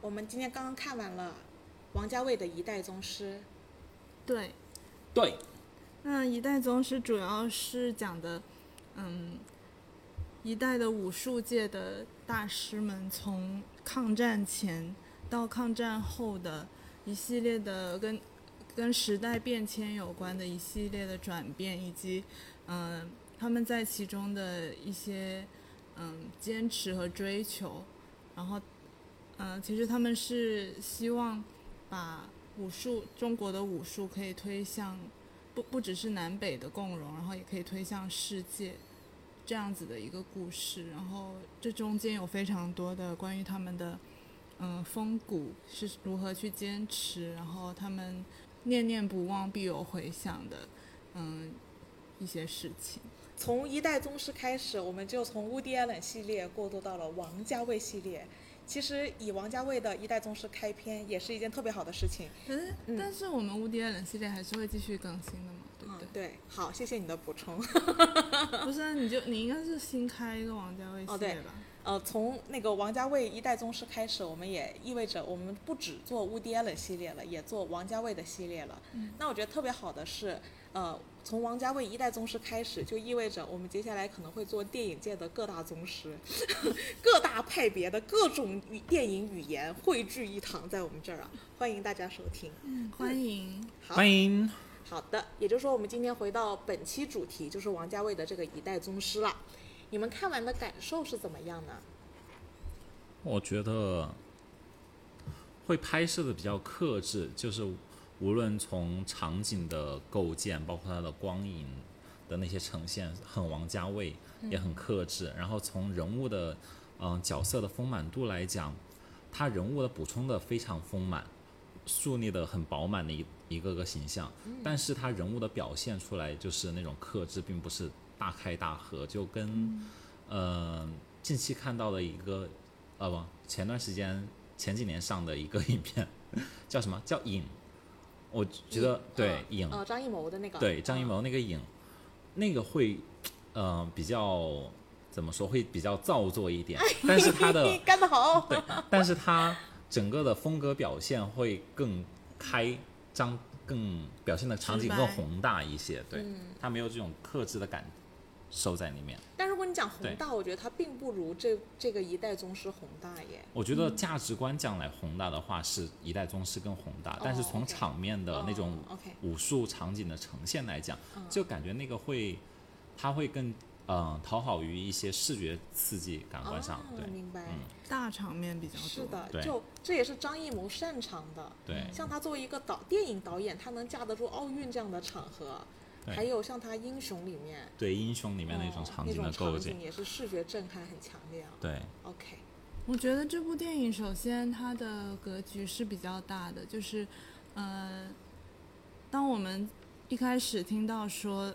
我们今天刚刚看完了王家卫的《一代宗师对，对，那一代宗师主要是讲的，嗯，一代的武术界的大师们从抗战前到抗战后的一系列的跟跟时代变迁有关的一系列的转变，以及嗯、他们在其中的一些嗯坚持和追求，然后嗯、其实他们是希望把武术中国的武术可以推向。不不只是南北的共荣，然后也可以推向世界这样子的一个故事。然后这中间有非常多的关于他们的嗯风骨是如何去坚持，然后他们念念不忘必有回响的嗯一些事情。》。从《一代宗师》开始，我们就从 Woody Allen 系列过渡到了王家卫系列。其实以王家卫的《一代宗师》开篇也是一件特别好的事情。可是、嗯但是我们无敌的人系列还是会继续更新的嘛，对不嗯对，？对，好，谢谢你的补充。不是、啊，你就你应该是新开一个王家卫嗯系哦对列吧？呃，从那个王家卫一代宗师开始，我们也意味着我们不只做 Woody Allen 系列了，也做王家卫的系列了。嗯那我觉得特别好的是，呃，从王家卫一代宗师开始，就意味着我们接下来可能会做电影界的各大宗师， 各大派别的各种语电影语言汇聚一堂，在我们这儿啊，欢迎大家收听。嗯，欢迎。好，欢迎。好的，也就是说，我们今天回到本期主题，就是王家卫的这个一代宗师了。你们看完的感受是怎么样呢？我觉得会拍摄的比较克制，就是无论从场景的构建，包括它的光影的那些呈现，很王家卫，也嗯很克制。然后从人物的嗯、呃角色的丰满度来讲，他人物的补充的非常丰满，树立的很饱满的一一个个形象，嗯但是他人物的表现出来就是那种克制，并不是大开大合，就跟、嗯呃近期看到的一个呃不，前段时间前几年上的一个 影片，叫什么叫影？我觉得对嗯影，呃，张艺谋的那个，对张艺嗯，谋那个影，那个会，呃，比较怎么说会比较造作 一点，但是他的 干得好， 对，但是他整个的风格表现会更开张，更表现的场景直白嗯更宏大一些，对，他没有这种克制的感受在里面。但如果你讲宏对大，我觉得他并不如这这个一代宗师宏大耶。我觉得价值观讲来宏大的话，是一代宗师更宏大，但是从哦 OK 场面的那种哦，OK 嗯武术场景的呈现来讲，就感觉那个会，它会更嗯讨好于一些视觉刺激感官上啊，对，明白。嗯大场面比较多。是的，对就这也是张艺谋擅长的。对像他作为一个导电影导演，他能架得住奥运这样的场合，对还有像他英雄里面对，英雄里面那哦种场景的构建，也是视觉震撼很强烈啊。对， OK，我觉得这部电影首先它的格局是比较大的，就是，呃，当我们一开始听到说，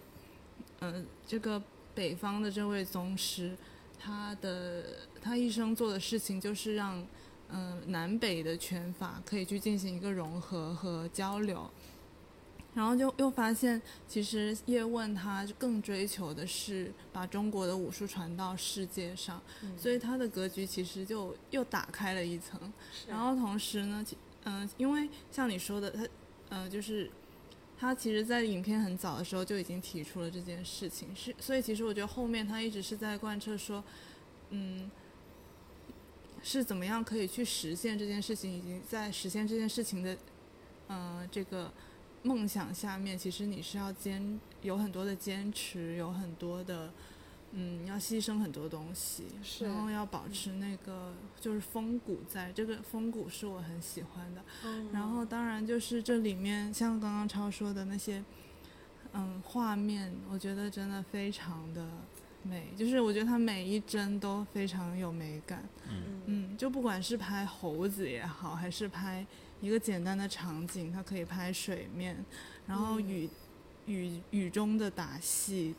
呃，这个北方的这位宗师，他的他一生做的事情就是让，呃，南北的拳法可以去进行一个融合和交流，然后就又发现，其实叶问他更追求的是把中国的武术传到世界上。嗯所以它的格局其实就又打开了一层。是然后同时呢，其嗯、因为像你说的，他呃，就是他其实，在影片很早的时候就已经提出了这件事情，是所以其实我觉得后面他一直是在贯彻说，嗯，是怎么样可以去实现这件事情，以及在实现这件事情的，呃，这个梦想下面，其实你是要坚有很多的坚持，有很多的。嗯，要牺牲很多东西，是嗯然后要保持那个就是风骨在，这个风骨是我很喜欢的。嗯然后当然就是这里面像刚刚超说的那些，嗯，画面我觉得真的非常的美，就是我觉得它每一帧都非常有美感。嗯嗯，就不管是拍猴子也好，还是拍一个简单的场景，它可以拍水面，然后嗯雨、雨雨中的打戏，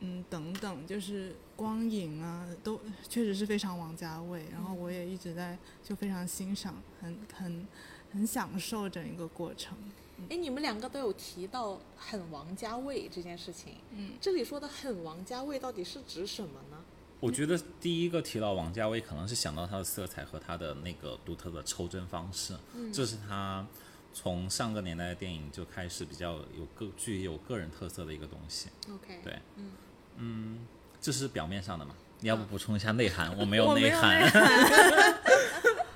嗯，等等，就是光影啊，都确实是非常王家卫。然后我也一直在就非常欣赏，很很很享受整一个过程。哎，你们两个都有提到很王家卫这件事情，嗯，这里说的很王家卫到底是指什么呢？我觉得第一个提到王家卫，可能是想到他的色彩和他的那个独特的抽帧方式，嗯这是他从上个年代的电影就开始比较有个具有个人特色的一个东西。 OK，对，嗯嗯这是表面上的嘛？你要不补充一下内涵？我没我没内有涵。内涵，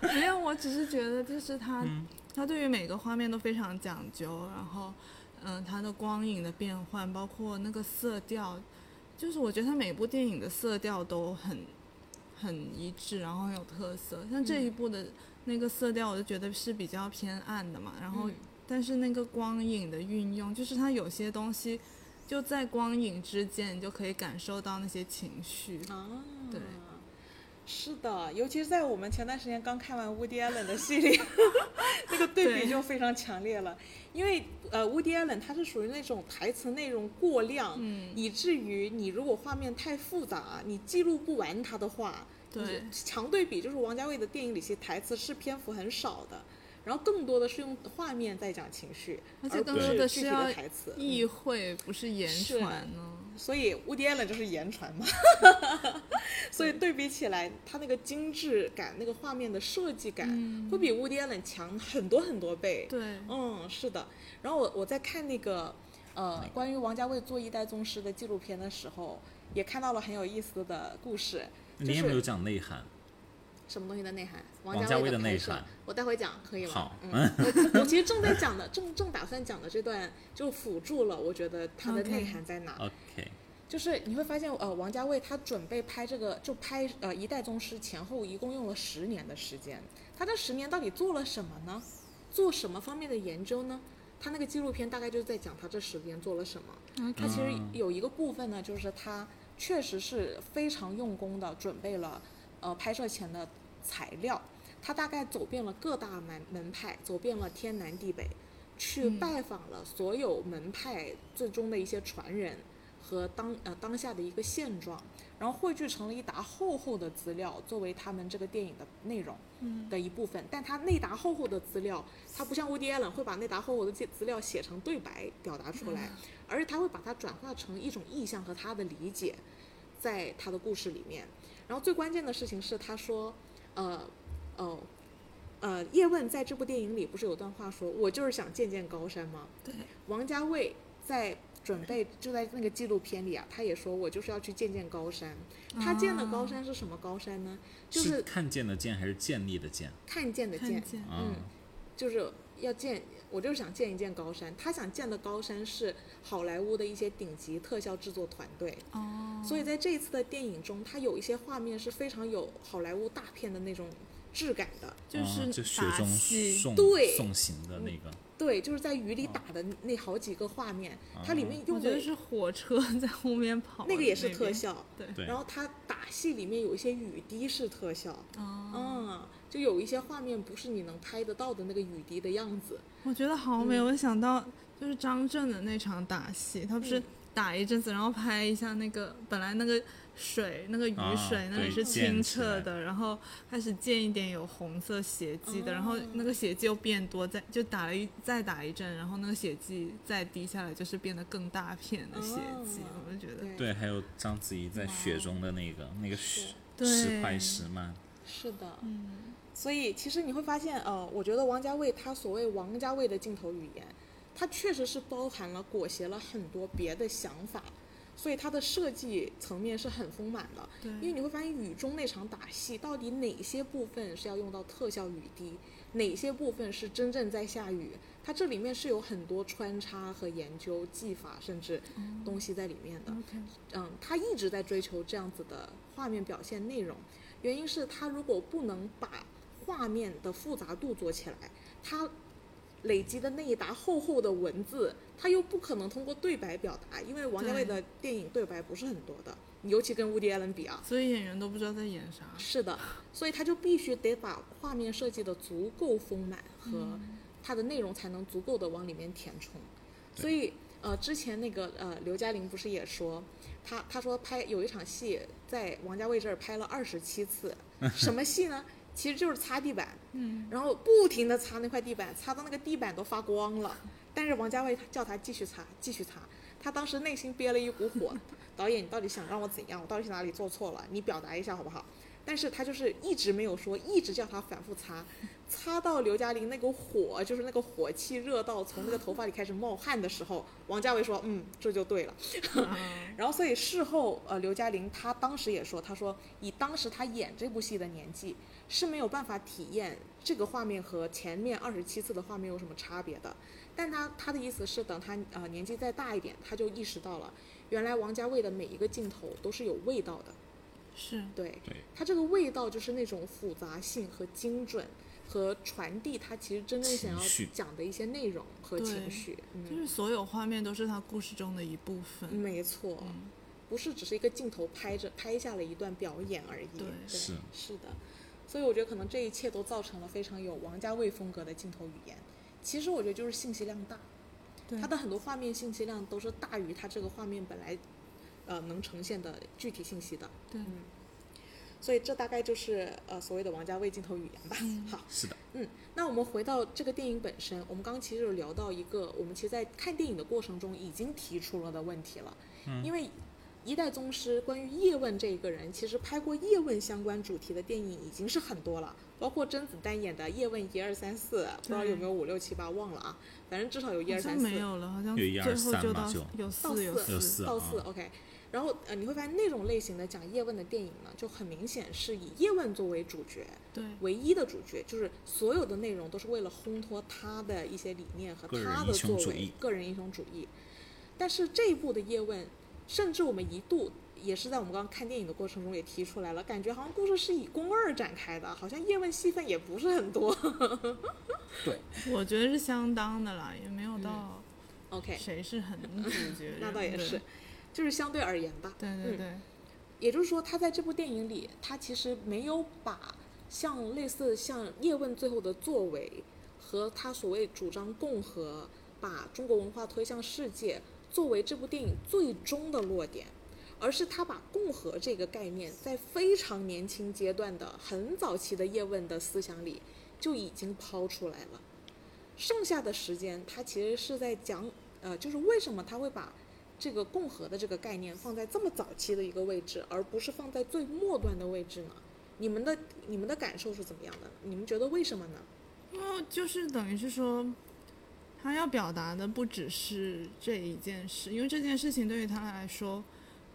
嗯没有，我只是觉得就是他，他对于每个画面都非常讲究，然后，嗯，他的光影的变换，包括那个色调，就是我觉得他每部电影的色调都很很一致，然后很有特色。像这一部的那个色调，我就觉得是比较偏暗的嘛，然后嗯但是那个光影的运用，就是它有些东西。就在光影之间，你就可以感受到那些情绪。啊，对。是的，尤其是在我们前段时间刚看完 Woody Allen 的系列， 那个对比对就非常强烈了。因为呃，Woody Allen 他是属于那种台词内容过量，嗯以至于你如果画面太复杂，你记录不完他的话。对，强对比就是王家卫的电影里，其实台词是篇幅很少的，然后更多的是用画面在讲情绪，而且而更不多是的具是体要的台词。嗯意会不是言是传呢、所以 Woody Allen 就是言传 嘛，所以对比起来，他那个精致感、那个画面的设计感，会比 Woody Allen 强很多很多倍。嗯对，嗯，是的。然后我我在看那个呃关于王家卫做一代宗师的纪录片的时候，也看到了很有意思的故事，就你也没有是讲内涵，什么东西的内涵，王家家卫的的拍内摄涵，我待会讲可以吗？好嗯，我我其实正在讲的，正正打算讲的这段就辅助了，我觉得它的 OK 内涵在哪。 OK，就是你会发现，呃，王家卫他准备拍这个，就拍呃《一代宗师》前后一共用了十年的时间。他这十年到底做了什么呢？做什么方面的研究呢？他那个纪录片大概就是在讲他这十年做了什么。他其实有一个部分呢，就是他确实是非常用功的准备了，呃，拍摄前的材料。他大概走遍了各大门门派，走遍了天南地北，去拜访了所有门派最终的一些传人和当呃当下的一个现状，然后汇聚成了一沓厚厚的资料，作为他们这个电影的内容嗯的一部分。但他那沓厚厚的资料，他不像 Woody Allen 会把那沓厚厚的资资料写成对白表达出来，而是他会把它转化成一种意象和他的理解，在他的故事里面。然后最关键的事情是，他说，呃，哦，呃，叶问在这部电影里不是有段话说：“我就是想见见高山吗？”对，王家卫在准备就在那个纪录片里啊，他也说我就是要去见见高山。他见的啊高山是什么高山呢？就是是看见的见还是建立的建？看见的看见，嗯，就是要见，我就是想见一见高山。他想见的高山是好莱坞的一些顶级特效制作团队。哦，所以在这一次的电影中，它有一些画面是非常有好莱坞大片的那种质感的。就啊是就雪打中戏，送对送行的那个，对，就是在雨里打的那好几个画面，它里面我用觉的得是火车 在后面跑的那那边，个也是特效，对，对然后它打戏里面有一些雨滴是特效，哦，嗯，就有一些画面不是你能拍得到的那个雨滴的样子，我觉得好嗯美，我想到就是张震的那场打戏，他不是嗯打一阵子，然后拍一下那个本来那个水那个雨啊水、那里对是清溅起澈来的，然后开始溅一点有红色血迹的，然哦后那个血迹又变多，再就打了一再打一阵，然后那个血迹再滴下来，就是变得更大片的血迹，哦我就觉得对，对，还有章子怡在雪中的那个那个石对石块石嘛，是的，嗯，所以其实你会发现，呃，我觉得王家卫他所谓王家卫的镜头语言，他确实是包含了裹挟了很多别的想法，所以他的设计层面是很丰满的。对因为你会发现雨中那场打戏，到底哪些部分是要用到特效雨滴，哪些部分是真正在下雨，它这里面是有很多穿插和研究技法，甚至东西在里面的。 OK 嗯，他一直在追求这样子的画面表现内容，原因是他如果不能把画面的复杂度做起来，他累积的那一沓厚厚的文字，他又不可能通过对白表达，因为王家卫的电影对白不是很多的，尤其跟 Woody Allen 比啊。所以演员都不知道在演啥。是的，所以他就必须得把画面设计的足够丰满和它的内容才能足够的往里面填充。所以呃，之前那个呃，刘嘉玲不是也说，她她说拍有一场戏在王家卫这儿拍了二十七次，什么戏呢？其实就是擦地板，嗯，然后不停的擦那块地板，擦到那个地板都发 光了。但是王家卫叫他继续擦，继续擦，他当时内心憋了一股火，导演你到底想让我怎样？我到底是哪里做错了？你表达一下好不好？但是他就是一直没有说，一直叫他反复擦，擦到刘嘉玲那个火，就是那个火气热到从那个头发里开始冒汗的时候，王家卫说：“嗯，这就对了。”嗯然后所以事后，呃，刘嘉玲她当时也说，她说以当时她演这部戏的年纪是没有办法体验这个画面和前面二十七次的画面有什么差别的。但她她的意思是，等她呃年纪再大一点，她就意识到了，原来王家卫的每一个镜头都是有味道的。是对，对它这个味道就是那种复杂性和精准。和传递他其实真正想要情绪讲的一些内容和情对绪，就嗯，是所有画面都是他故事中的一部分。没错，嗯，不是只是一个镜头拍着拍下了一段表演而已。对是是的，所以我觉得可能这一切都造成了非常有王家卫风格的镜头语言。其实我觉得就是信息量大，对它的很多画面信息量都是大于它这个画面本来呃能呈现的具体信息的。对嗯，所以这大概就是呃所谓的王家卫镜头语言吧。嗯好。是的，嗯，那我们回到这个电影本身，我们刚刚其实有聊到一个，我们其实，在看电影的过程中已经提出了的问题了，嗯因为一代宗师关于叶问这一个人，其实拍过叶问相关主题的电影已经是很多了，包括甄子丹演的《叶问一二三四》，不知道有没有五六七八忘了啊，反正至少有一好二像三四，没有了，好像有一最二后三就嘛到就有到四有四有四到啊四、o k 然后呃，你会发现那种类型的讲叶问的电影呢，就很明显是以叶问作为主角，对唯一的主角，就是所有的内容都是为了烘托他的一些理念和个人他的英雄作主为义，个人英雄主义。但是这一部的叶问，甚至我们一度也是在我们刚刚看电影的过程中也提出来了，感觉好像故事是以宫二展开的，好像叶问戏份也不是很多。 对，我觉得是相当的啦，也没有到 OK，谁是很主角人。嗯那倒也对是，嗯就是相对而言吧。对对对，也就是说，他在这部电影里，他其实没有把像类似像叶问最后的作为和他所谓主张共和，把中国文化推向世界作为这部电影最终的落点，而是他把共和这个概念在非常年轻阶段的很早期的叶问的思想里就已经抛出来了。剩下的时间，他其实是在讲，呃，就是为什么他会把这个共和的这个概念放在这么早期的一个位置，而不是放在最末端的位置呢？你们的你们的感受是怎么样的？你们觉得为什么呢？因为就是等于是说，他要表达的不只是这一件事，因为这件事情对于他来说，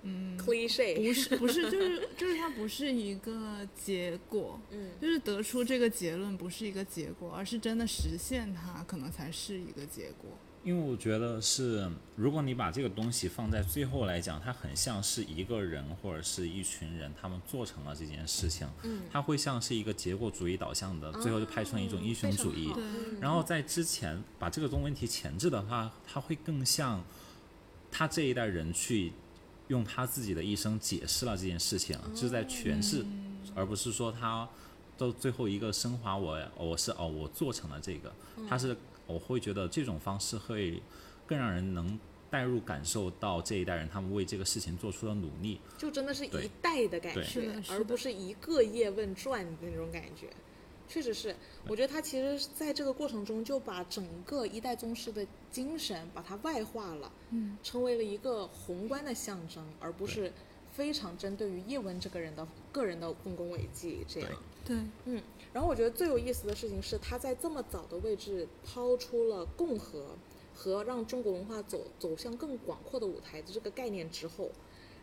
嗯， cliche，不是不是，就是就是它不是一个结果，嗯就是得出这个结论不是一个结果，而是真的实现它，可能才是一个结果。因为我觉得是，如果你把这个东西放在最后来讲，它很像是一个人或者是一群人，他们做成了这件事情，嗯，啊它会像是一个结果主义导向的，最后就拍成一种英雄主义哦。非常好对嗯然后在之前把这个种问题前置的话，他会更像他这一代人去用他自己的一生解释了这件事情，就是在诠释，而不是说他到最后一个升华我，我是哦，我做成了这个，他是我会觉得这种方式会更让人能带入感受到这一代人他们为这个事情做出的努力，就真的是一对代的感对是觉的，是而不的是一个叶问传的那种感觉。确实是，我觉得他其实在这个过程中就把整个一代宗师的精神把它外化了，嗯，成为了一个宏观的象征，而不是非常针对于叶问这个人的个人的丰功伟绩这样对。对，嗯，然后我觉得最有意思的事情是，他在这么早的位置抛出了共和和让中国文化走走向更广阔的舞台的这个概念之后，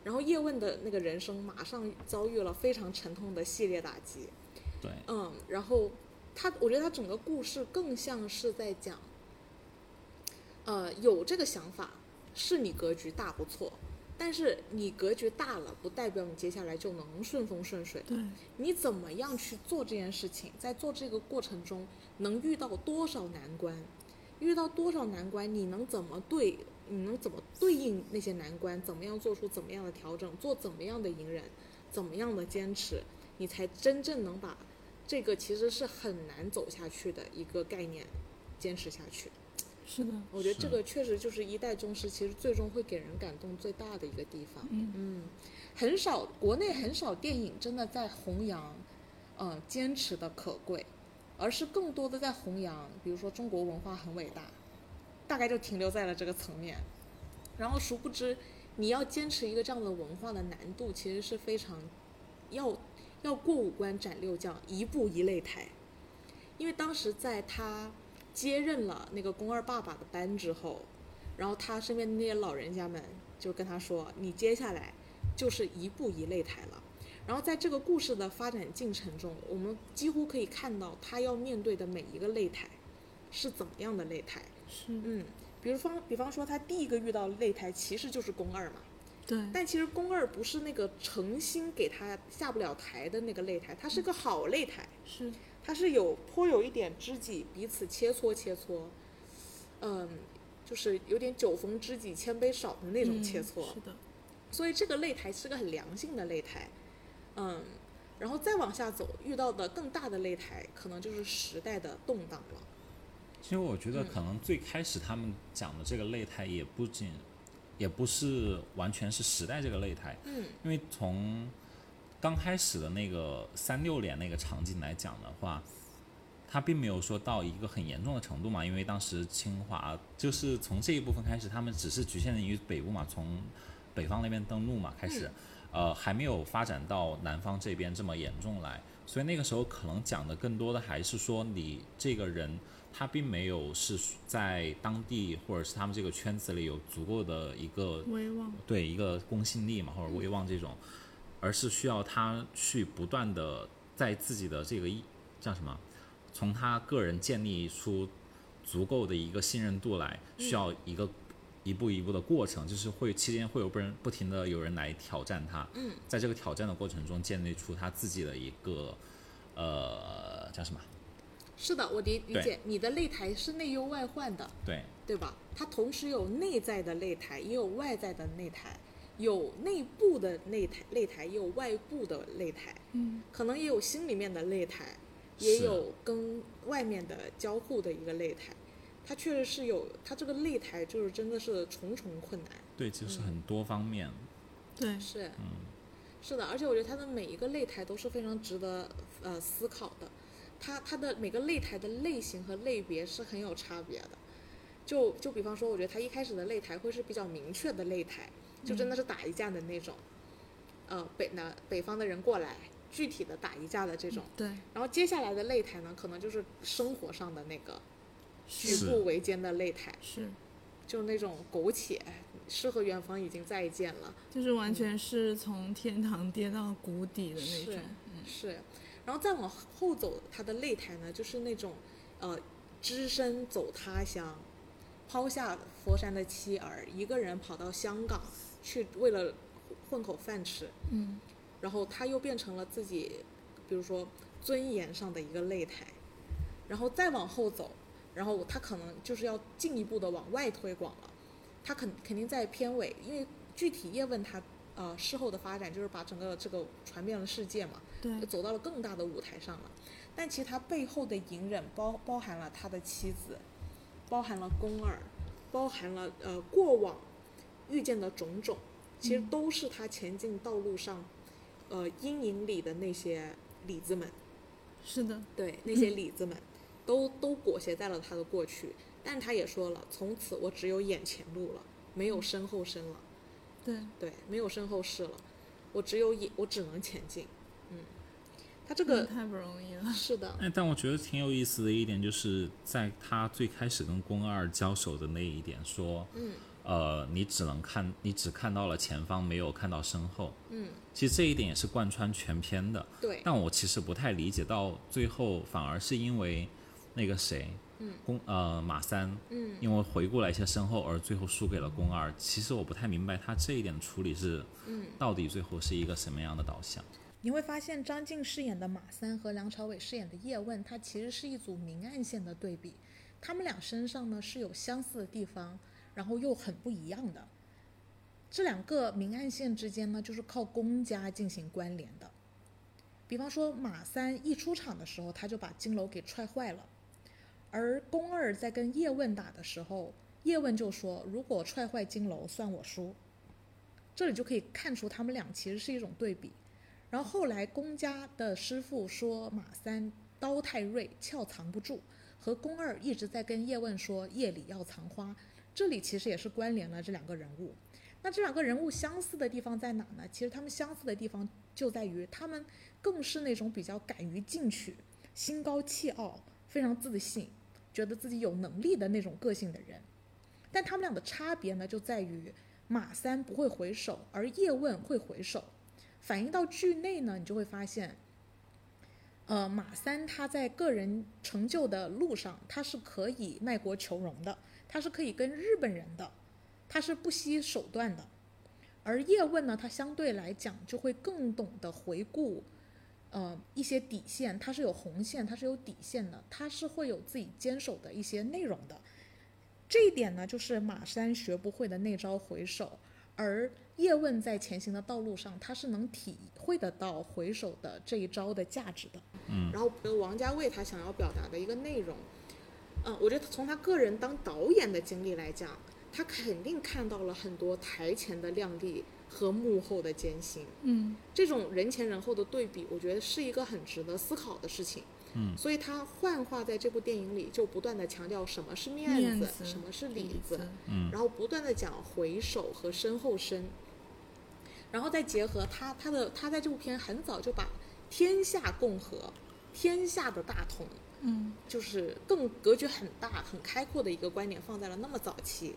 然后叶问的那个人生马上遭遇了非常沉痛的系列打击。对，嗯，然后他，我觉得他整个故事更像是在讲，呃，有这个想法是你格局大不错，但是你格局大了，不代表你接下来就能顺风顺水。对，你怎么样去做这件事情，在做这个过程中能遇到多少难关，遇到多少难关，你能怎么对，你能怎么对应那些难关，怎么样做出怎么样的调整，做怎么样的隐忍，怎么样的坚持，你才真正能把这个其实是很难走下去的一个概念坚持下去。是的，我觉得是这个确实就是一代宗师，其实最终会给人感动最大的一个地方。嗯很少国内很少电影真的在弘扬，呃，坚持的可贵，而是更多的在弘扬，比如说中国文化很伟大，大概就停留在了这个层面。然后殊不知，你要坚持一个这样的文化的难度其实是非常要要过五关斩六将，一步一擂台。因为当时在他接任了那个宫二爸爸的班之后，然后他身边的那些老人家们就跟他说：“你接下来就是一步一擂台了。”然后在这个故事的发展进程中，我们几乎可以看到他要面对的每一个擂台是怎么样的擂台。是嗯，比如方比方说他第一个遇到擂台其实就是宫二嘛，对，但其实宫二不是那个诚心给他下不了台的那个擂台，他是个好擂台。是它是有颇有一点知己，彼此切磋切磋，嗯，就是有点酒逢知己千杯少的那种嗯切磋，是的，所以这个擂台是个很良性的擂台，嗯，然后再往下走，遇到的更大的擂台可能就是时代的动荡了，其实我觉得嗯可能最开始他们讲的这个擂台也不仅，也不是完全是时代这个擂台，嗯，因为从刚开始的那个三六脸那个场景来讲的话，它并没有说到一个很严重的程度嘛，因为当时清华就是从这一部分开始，他们只是局限于北部嘛，从北方那边登陆嘛开始，呃，还没有发展到南方这边这么严重来，所以那个时候可能讲的更多的还是说你这个人。他并没有是在当地或者是他们这个圈子里有足够的一个威望，对一个公信力嘛，或嗯者威望这种，而是需要他去不断的在自己的这个一叫什么，从他个人建立出足够的一个信任度来，嗯需要一个一步一步的过程，就是会期间会有不人不停的有人来挑战他，嗯，在这个挑战的过程中建立出他自己的一个呃叫什么？是的，我理理对解你的擂台是内忧外患的，对，对吧？它同时有内在的擂台，也有外在的擂台，有内部的擂台，擂台也有外部的擂台。嗯，可能也有心里面的擂台，也是有跟外面的交互的一个擂台。它确实是有，它这个擂台就是真的是重重困难。对，就是嗯很多方面，对，是，嗯是的，而且我觉得它的每一个擂台都是非常值得呃思考的。它它的每个擂台的类型和类别是很有差别的。就就比方说，我觉得它一开始的擂台会是比较明确的擂台，就嗯真的是打一架的那种。呃，北南北方的人过来，具体的打一架的这种。嗯对，然后接下来的擂台呢，可能就是生活上的那个举是步维艰的擂台，是，就是那种苟且，诗和远方已经再见了，就是完全是从天堂跌到谷底的那是种，是。然后再往后走，它的擂台呢，就是那种呃，只身走他乡，抛下佛山的妻儿，一个人跑到香港去，为了混口饭吃，嗯，然后他又变成了自己，比如说尊严上的一个擂台，然后再往后走，然后他可能就是要进一步的往外推广了，他肯肯定在片尾，因为具体叶问他呃事后的发展就是把整个这个传遍了世界嘛，对，走到了更大的舞台上了，但其实他背后的隐忍包包含了他的妻子，包含了宫二，包含了呃过往遇见的种种，其实都是他前进道路上，呃阴影里的那些李子们，是的，对那些李子们，都都裹挟在了他的过去，但他也说了，从此我只有眼前路了，没有身后身了，对，对，没有身后事了，我只有眼，我只能前进，嗯，他这个嗯太不容易了，是的，哎，但我觉得挺有意思的一点，就是在他最开始跟宫二交手的那一点，说，嗯呃，你只能看，你只看到了前方，没有看到身后。嗯，其实这一点也是贯穿全篇的。对，但我其实不太理解，到最后反而是因为那个谁，嗯，宫呃马三，嗯，因为回顾了一下身后，而最后输给了宫二。其实我不太明白他这一点的处理是，嗯，到底最后是一个什么样的导向？你会发现张晋饰演的马三和梁朝伟饰演的叶问，他其实是一组明暗线的对比，他们俩身上呢是有相似的地方，然后又很不一样的。这两个明暗线之间呢，就是靠公家进行关联的。比方说，马三一出场的时候，他就把金楼给踹坏了，而宫二在跟叶问打的时候，叶问就说：“如果踹坏金楼，算我输。”这里就可以看出他们俩其实是一种对比。然后后来公家的师傅说马三刀太锐，鞘藏不住，和宫二一直在跟叶问说夜里要藏花，这里其实也是关联了这两个人物。那这两个人物相似的地方在哪呢？其实他们相似的地方就在于，他们更是那种比较敢于进取、心高气傲、非常自信、觉得自己有能力的那种个性的人。但他们俩的差别呢，就在于马三不会回首，而叶问会回首。反映到剧内呢，你就会发现，呃，马三他在个人成就的路上，他是可以卖国求荣的，他是可以跟日本人的，他是不惜手段的。而叶问呢，他相对来讲就会更懂得回顾，呃，一些底线，他是有红线，他是有底线的，他是会有自己坚守的一些内容的。这一点呢，就是马三学不会的那招回首，而叶问在前行的道路上，他是能体会得到回首的这一招的价值的。嗯，然后王家卫他想要表达的一个内容，嗯，我觉得从他个人当导演的经历来讲，他肯定看到了很多台前的亮丽和幕后的艰辛。嗯这种人前人后的对比，我觉得是一个很值得思考的事情。嗯所以他幻化在这部电影里就不断的强调什么是面面子什么是里里子，嗯然后不断的讲回首和身后身，然后再结合他他的他在这部片很早就把天下共和、天下的大同，嗯就是更格局很大、很开阔的一个观点放在了那么早期，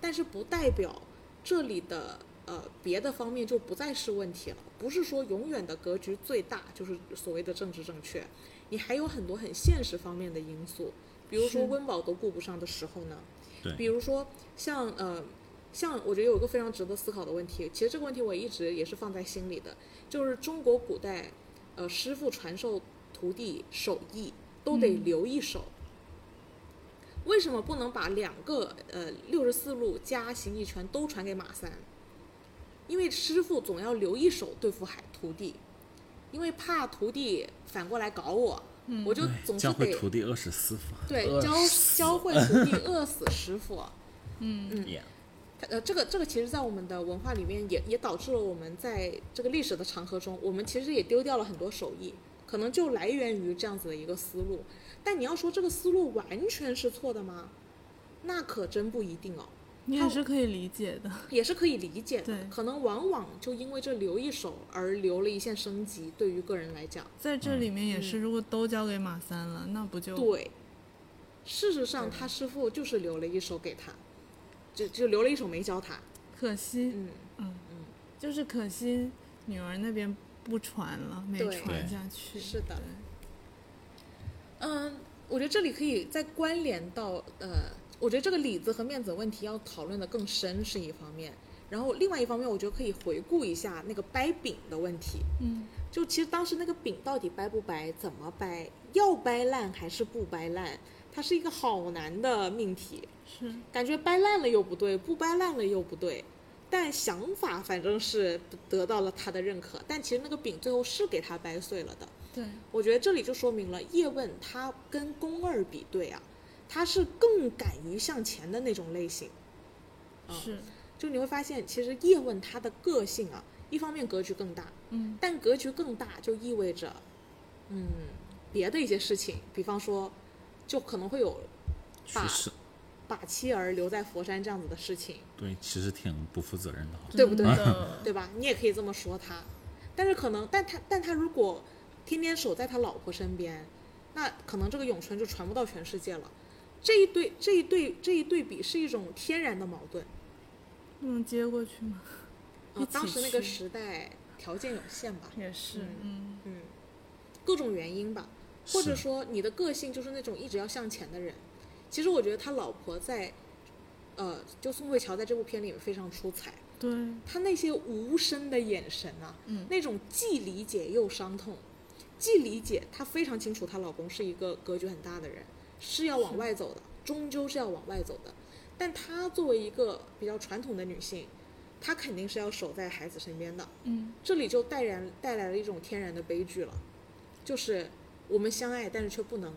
但是不代表这里的呃别的方面就不再是问题了。不是说永远的格局最大就是所谓的政治正确，你还有很多很现实方面的因素，比如说是温饱都顾不上的时候呢，对比如说像呃。像我觉得有一个非常值得思考的问题，其实这个问题我一直也是放在心里的，就是中国古代，呃，师傅传授徒弟手艺都得嗯留一手。为什么不能把两个呃六十四路加形意拳都传给马三？因为师傅总要留一手对付海徒弟，因为怕徒弟反过来搞我，嗯我就哎总是教会得徒弟饿死师傅， 对饿教死教会徒弟饿死师傅。嗯嗯 Yeah 它呃，这个这个其实，在我们的文化里面也也导致了我们在这个历史的长河中，我们其实也丢掉了很多手艺，可能就来源于这样子的一个思路。但你要说这个思路完全是错的吗？那可真不一定哦，你也是可以理解的。也是可以理解的对。可能往往就因为这留一手而留了一线生机，对于个人来讲，在这里面也是，如果都交给马三了，那不嗯就对。事实上，他师傅就是留了一手给他，就就留了一手没教他。可惜？嗯，嗯，就是可惜女儿那边不传了，没对传下去。是的对。嗯，我觉得这里可以再关联到呃，我觉得这个里子和面子问题要讨论的更深是一方面，然后另外一方面，我觉得可以回顾一下那个掰饼的问题。嗯就其实当时那个饼到底掰不掰，怎么掰，要掰烂还是不掰烂，它是一个好难的命题。是感觉掰烂了又不对，不掰烂了又不对，但想法反正是得到了他的认可，但其实那个饼最后是给他掰碎了的。对我觉得这里就说明了叶问他跟宫二比对啊，他是更敢于向前的那种类型。嗯是就你会发现，其实叶问他的个性啊，一方面格局更大，嗯但格局更大就意味着，嗯，别的一些事情，比方说，就可能会有其把实把妻儿留在佛山这样子的事情，对，其实挺不负责任的。对不对真 的对吧？你也可以这么说他，但是可能，但他但他如果天天守在他老婆身边，那可能这个咏春就传不到全世界了。这一对这一对这一对比是一种天然的矛盾。不能接过去吗？呃一，起当时那个去时代条件有限吧，也是，嗯嗯，各种原因吧，是或者说你的个性就是那种一直要向前的人。其实我觉得他老婆在，呃，就宋慧乔在这部片里面非常出彩。对，他那些无声的眼神啊，嗯那种既理解又伤痛，既理解她非常清楚她老公是一个格局很大的人，是要往外走的，终究是要往外走的，但她作为一个比较传统的女性，她肯定是要守在孩子身边的，嗯这里就带然带来了一种天然的悲剧了，就是我们相爱，但是却不能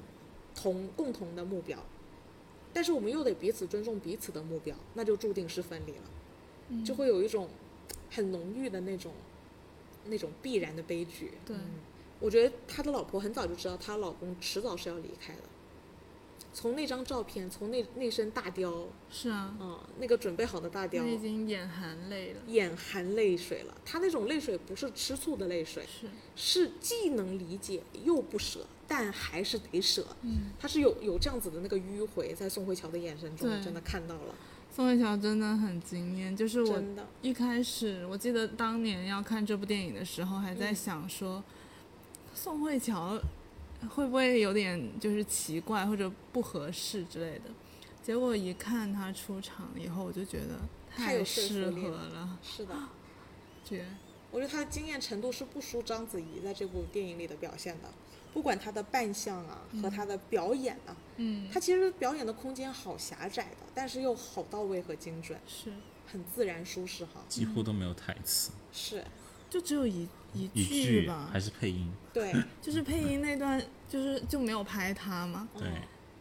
同共同的目标，但是我们又得彼此尊重彼此的目标，那就注定是分离了。嗯就会有一种很浓郁的那种那种必然的悲剧。对嗯我觉得他的老婆很早就知道，她老公迟早是要离开的，从那张照片，从那那身大雕，是啊，嗯，啊那个准备好的大雕那，已经眼含泪了，眼含泪水了。他那种泪水不是吃醋的泪水，是，是既能理解又不舍，但还是得舍。嗯，他是有有这样子的那个迂回，在宋慧乔的眼神中对真的看到了，宋慧乔真的很惊艳，就是我真的，一开始我记得当年要看这部电影的时候，还在嗯想说，宋慧乔会不会有点就是奇怪或者不合适之类的。结果一看她出场以后，我就觉得太有太说服适力合了了，是的。绝我觉得他的惊艳程度是不输章子怡在这部电影里的表现的，不管她的扮相啊和她的表演啊，嗯她其实表演的空间好狭窄的，但是又好到位和精准，是，很自然舒适哈。嗯几乎都没有台词，是就只有一一一句吧还，是嗯配音，对，就是配音那段就是就没有拍她嘛，对，嗯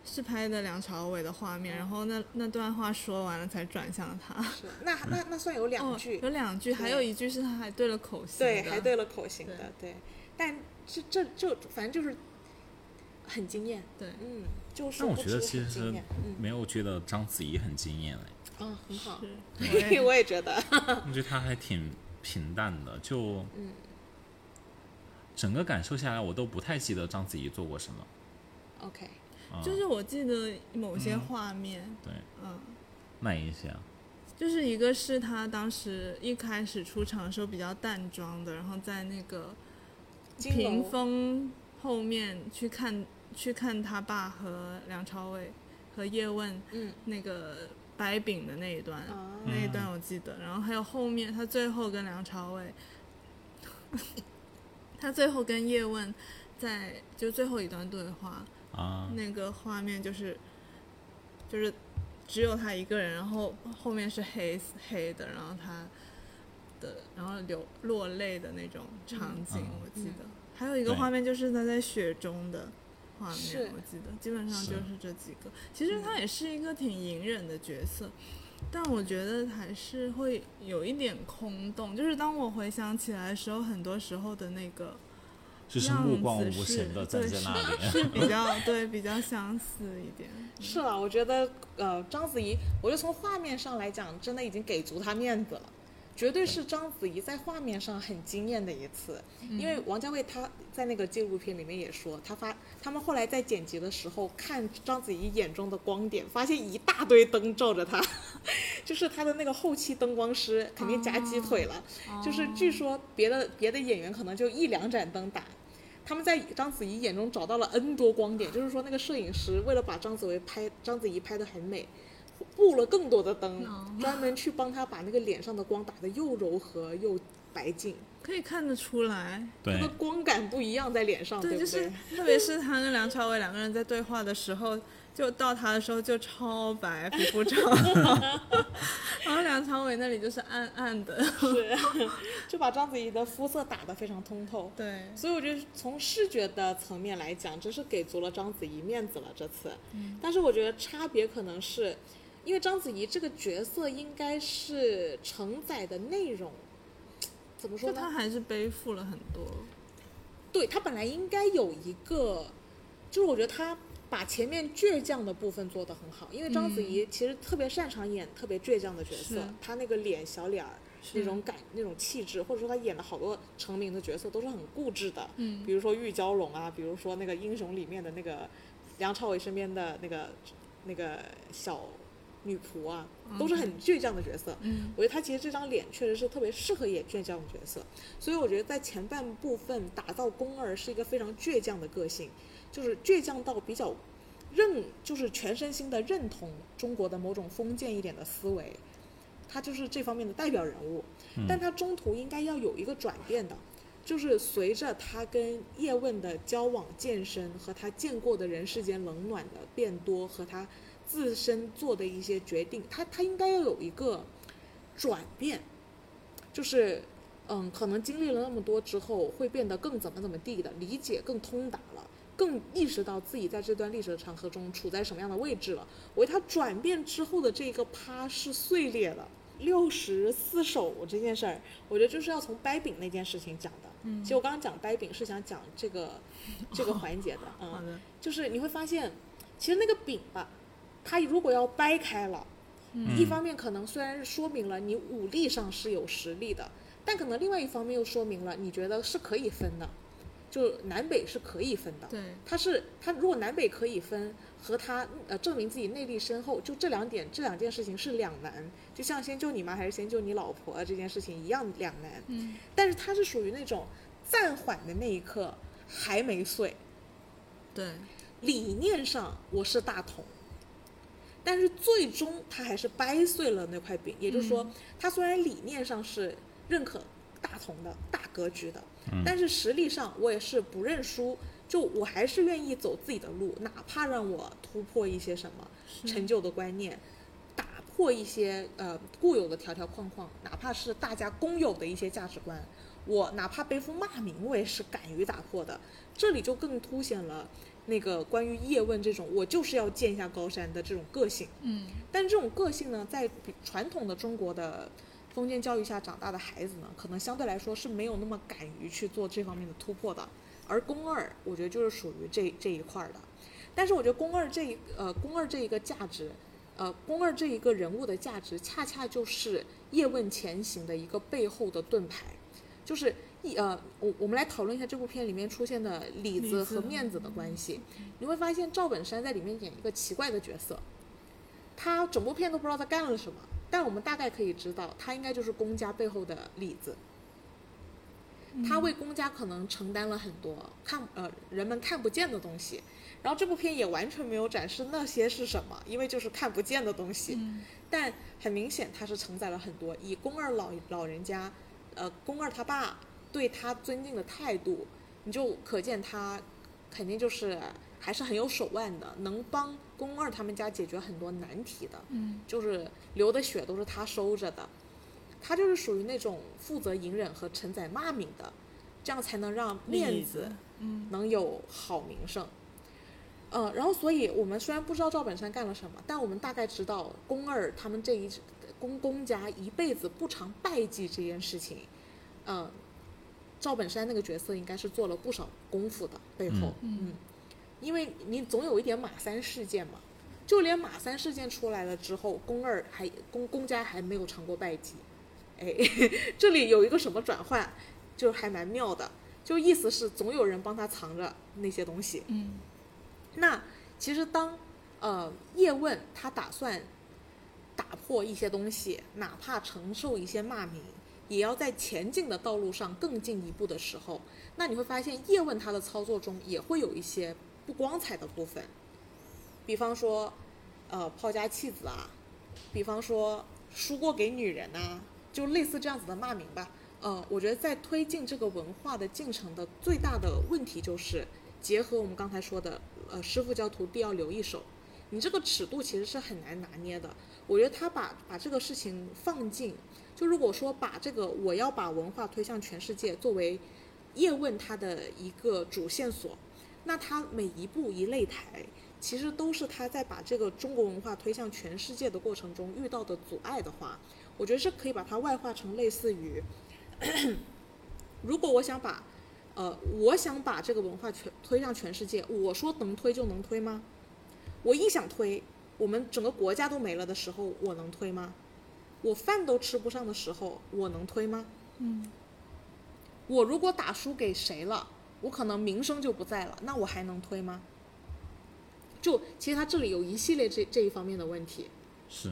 是拍的梁朝伟的画面，然后那那段话说完了才转向她。是那那那算有两句，哦、有两句，还有一句是他还对了口型对，的还对了口型的，对，但是这就反正就是很惊艳，对嗯，就是但我不觉得知其很惊实艳嗯没有觉得章子怡很惊艳嘞，啊很 好，是我也觉得，嗯我觉得她还挺平淡的，就整个感受下来，我都不太记得章子怡做过什么。 OK，啊就是我记得某嗯些画面，对，嗯，那一些啊，就是一个是他当时一开始出场的时候比较淡妆的，然后在那个金屏楼风后面去看去看他爸和梁朝伟和叶问嗯那个掰饼的那一段，啊那一段我记得，然后还有后面他最后跟梁朝伟， 他最后跟叶问在就最后一段对话，啊，那个画面就是就是只有他一个人，然后后面是黑黑的，然后他的然后流落泪的那种场景，嗯我记得、还有一个对画面就是他在雪中的。画面是我记得，基本上是嗯就是这几个。其实他也是一个挺隐忍的角色，但我觉得还是会有一点空洞。就是当我回想起来的时候，很多时候的那个就是样目光子无是神的站对在是 那里。是比较对比较相似一点。是了，我觉得呃，章子怡，我就从画面上来讲，真的已经给足她面子了，绝对是章子怡在画面上很惊艳的一次。因为王家卫他在那个纪录片里面也说，他发他们后来在剪辑的时候看章子怡眼中的光点，发现一大堆灯照着她， 就是他的那个后期灯光师肯定夹鸡腿了，就是据说别的别的演员可能就一两盏灯打，他们在章子怡眼中找到了 N 多光点，就是说那个摄影师为了把章子怡拍章子怡拍得很美，布了更多的灯，哦专门去帮她把那个脸上的光打得又柔和又白净，可以看得出来，那个对，光感不一样在脸上，不就哦对？是特别是他跟梁朝伟两个人在对话的时候，就到他的时候就超白，皮肤超好， 然后梁朝伟那里就是暗暗的，是 就把章子怡的肤色打得非常通透。对， 所以我觉得从视觉的层面来讲，真是给足了章子怡面子了这次。嗯但是我觉得差别可能是，因为章子怡这个角色应该是承载的内容，怎么说就他呢？还是背负了很多，对她本来应该有一个，就是我觉得她把前面倔强的部分做得很好，因为章子怡其实特别擅长演特别倔强的角色嗯是，她那个脸小脸儿。是那种感、那种气质，或者说她演的好多成名的角色都是很固执的，嗯比如说玉娇龙啊，比如说那个英雄里面的那个梁朝伟身边的那个那个小女仆啊，都是很倔强的角色。嗯，我觉得她其实这张脸确实是特别适合演倔强的角色，所以我觉得在前半部分打造宫二是一个非常倔强的个性，就是倔强到比较认，就是全身心的认同中国的某种封建一点的思维，他就是这方面的代表人物。但他中途应该要有一个转变的，就是随着他跟叶问的交往渐深和他见过的人世间冷暖的变多和他自身做的一些决定，他他应该要有一个转变，就是嗯，可能经历了那么多之后，会变得更怎么怎么地的，理解更通达了。更意识到自己在这段历史的长河中处在什么样的位置了。我觉得他转变之后的这个趴是碎裂的。六十四手这件事儿，我觉得就是要从掰饼那件事情讲的。嗯，其实我刚刚讲掰饼是想讲这个这个环节的。嗯，好的，就是你会发现，其实那个饼吧，它如果要掰开了，一方面可能虽然是说明了你武力上是有实力的，但可能另外一方面又说明了你觉得是可以分的，就南北是可以分的。对，它是它如果南北可以分和它呃证明自己内力深厚，就这两点这两件事情是两难，就像先救你妈还是先救你老婆啊这件事情一样两难。嗯，但是它是属于那种暂缓的那一刻还没碎，对，理念上我是大同，但是最终他还是掰碎了那块饼。也就是说，他虽然理念上是认可大同的大格局的，但是实力上我也是不认输，就我还是愿意走自己的路，哪怕让我突破一些什么嗯陈旧的观念。打破一些呃固有的条条框框，哪怕是大家公有的一些价值观，我哪怕背负骂名，我也是敢于打破的。这里就更凸显了那个关于叶问这种我就是要见一下高山的这种个性。嗯，但这种个性呢，在比传统的中国的封建教育下长大的孩子呢，可能相对来说是没有那么敢于去做这方面的突破的。而宫二，我觉得就是属于这这一块儿的。但是我觉得宫二这一呃宫二这一个价值，呃宫二这一个人物的价值，恰恰就是叶问前行的一个背后的盾牌，就是一呃我我们来讨论一下这部片里面出现的里里子子嗯和面子的关系。你会发现赵本山在里面演一个奇怪的角色，他整部片都不知道他干了什么，但我们大概可以知道，他应该就是公家背后的里子。嗯他为公家可能承担了很多看呃人们看不见的东西，然后这部片也完全没有展示那些是什么，因为就是看不见的东西。嗯但很明显，他是承载了很多以宫二老老人家，呃，宫二他爸对他尊敬的态度，你就可见他肯定就是还是很有手腕的，能帮宫二他们家解决很多难题的。嗯，就是流的血都是他收着的，他就是属于那种负责隐忍和承载骂名的，这样才能让面例子子，嗯，能有好名声。呃，然后所以我们虽然不知道赵本山干了什么，但我们大概知道宫二他们这一宫宫家一辈子不常拜祭这件事情，嗯、赵本山那个角色应该是做了不少功夫的背后，嗯嗯，因为你总有一点马三事件嘛，就连马三事件出来了之后，宫二还宫宫家还没有尝过拜祭，哎， 这里有一个什么转换，就是还蛮妙的，就意思是总有人帮他藏着那些东西。嗯，那其实当呃叶问他打算打破一些东西，哪怕承受一些骂名，也要在前进的道路上更进一步的时候，那你会发现叶问他的操作中也会有一些不光彩的部分，比方说呃抛家弃子啊，比方说输过给女人呐、就类似这样子的骂名吧。呃，我觉得在推进这个文化的进程的最大的问题就是，结合我们刚才说的，呃，师傅教徒必要留一手，你这个尺度其实是很难拿捏的。我觉得他把把这个事情放进，就如果说把这个我要把文化推向全世界作为叶问他的一个主线索，那他每一步一擂台，其实都是他在把这个中国文化推向全世界的过程中遇到的阻碍的话，我觉得是可以把它外化成类似于， 如果我想把，呃，我想把这个文化全推向全世界，我说能推就能推吗？我一想推，我们整个国家都没了的时候，我能推吗？我饭都吃不上的时候，我能推吗？嗯，我如果打输给谁了，我可能名声就不在了，那我还能推吗？就其实他这里有一系列这这一方面的问题。是，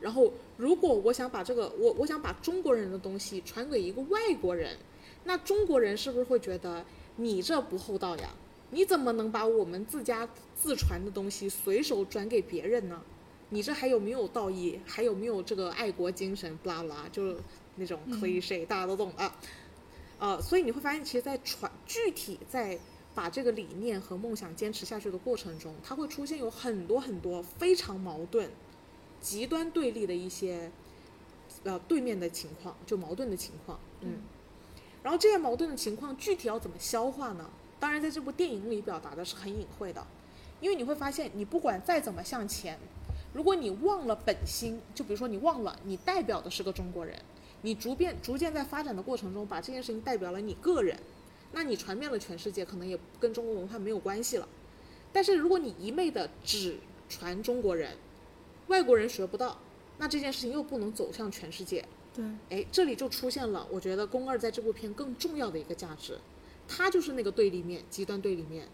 然后，如果我想把这个我我想把中国人的东西传给一个外国人，那中国人是不是会觉得你这不厚道呀？你怎么能把我们自家自传的东西随手转给别人呢？你这还有没有道义？还有没有这个爱国精神？不啦不啦，就是那种 cliche，、大家都懂的。呃，所以你会发现，其实，在传具体在把这个理念和梦想坚持下去的过程中，它会出现有很多很多非常矛盾、极端对立的一些呃对面的情况，就矛盾的情况，嗯。然后这些矛盾的情况具体要怎么消化呢？当然，在这部电影里表达的是很隐晦的，因为你会发现，你不管再怎么向前，如果你忘了本心，就比如说你忘了你代表的是个中国人，你逐渐逐渐在发展的过程中把这件事情代表了你个人，那你传遍了全世界，可能也跟中国文化没有关系了。但是如果你一昧的只传中国人，外国人学不到，那这件事情又不能走向全世界。对，哎，这里就出现了，我觉得宫二在这部片更重要的一个价值，他就是那个对立面，极端对立面。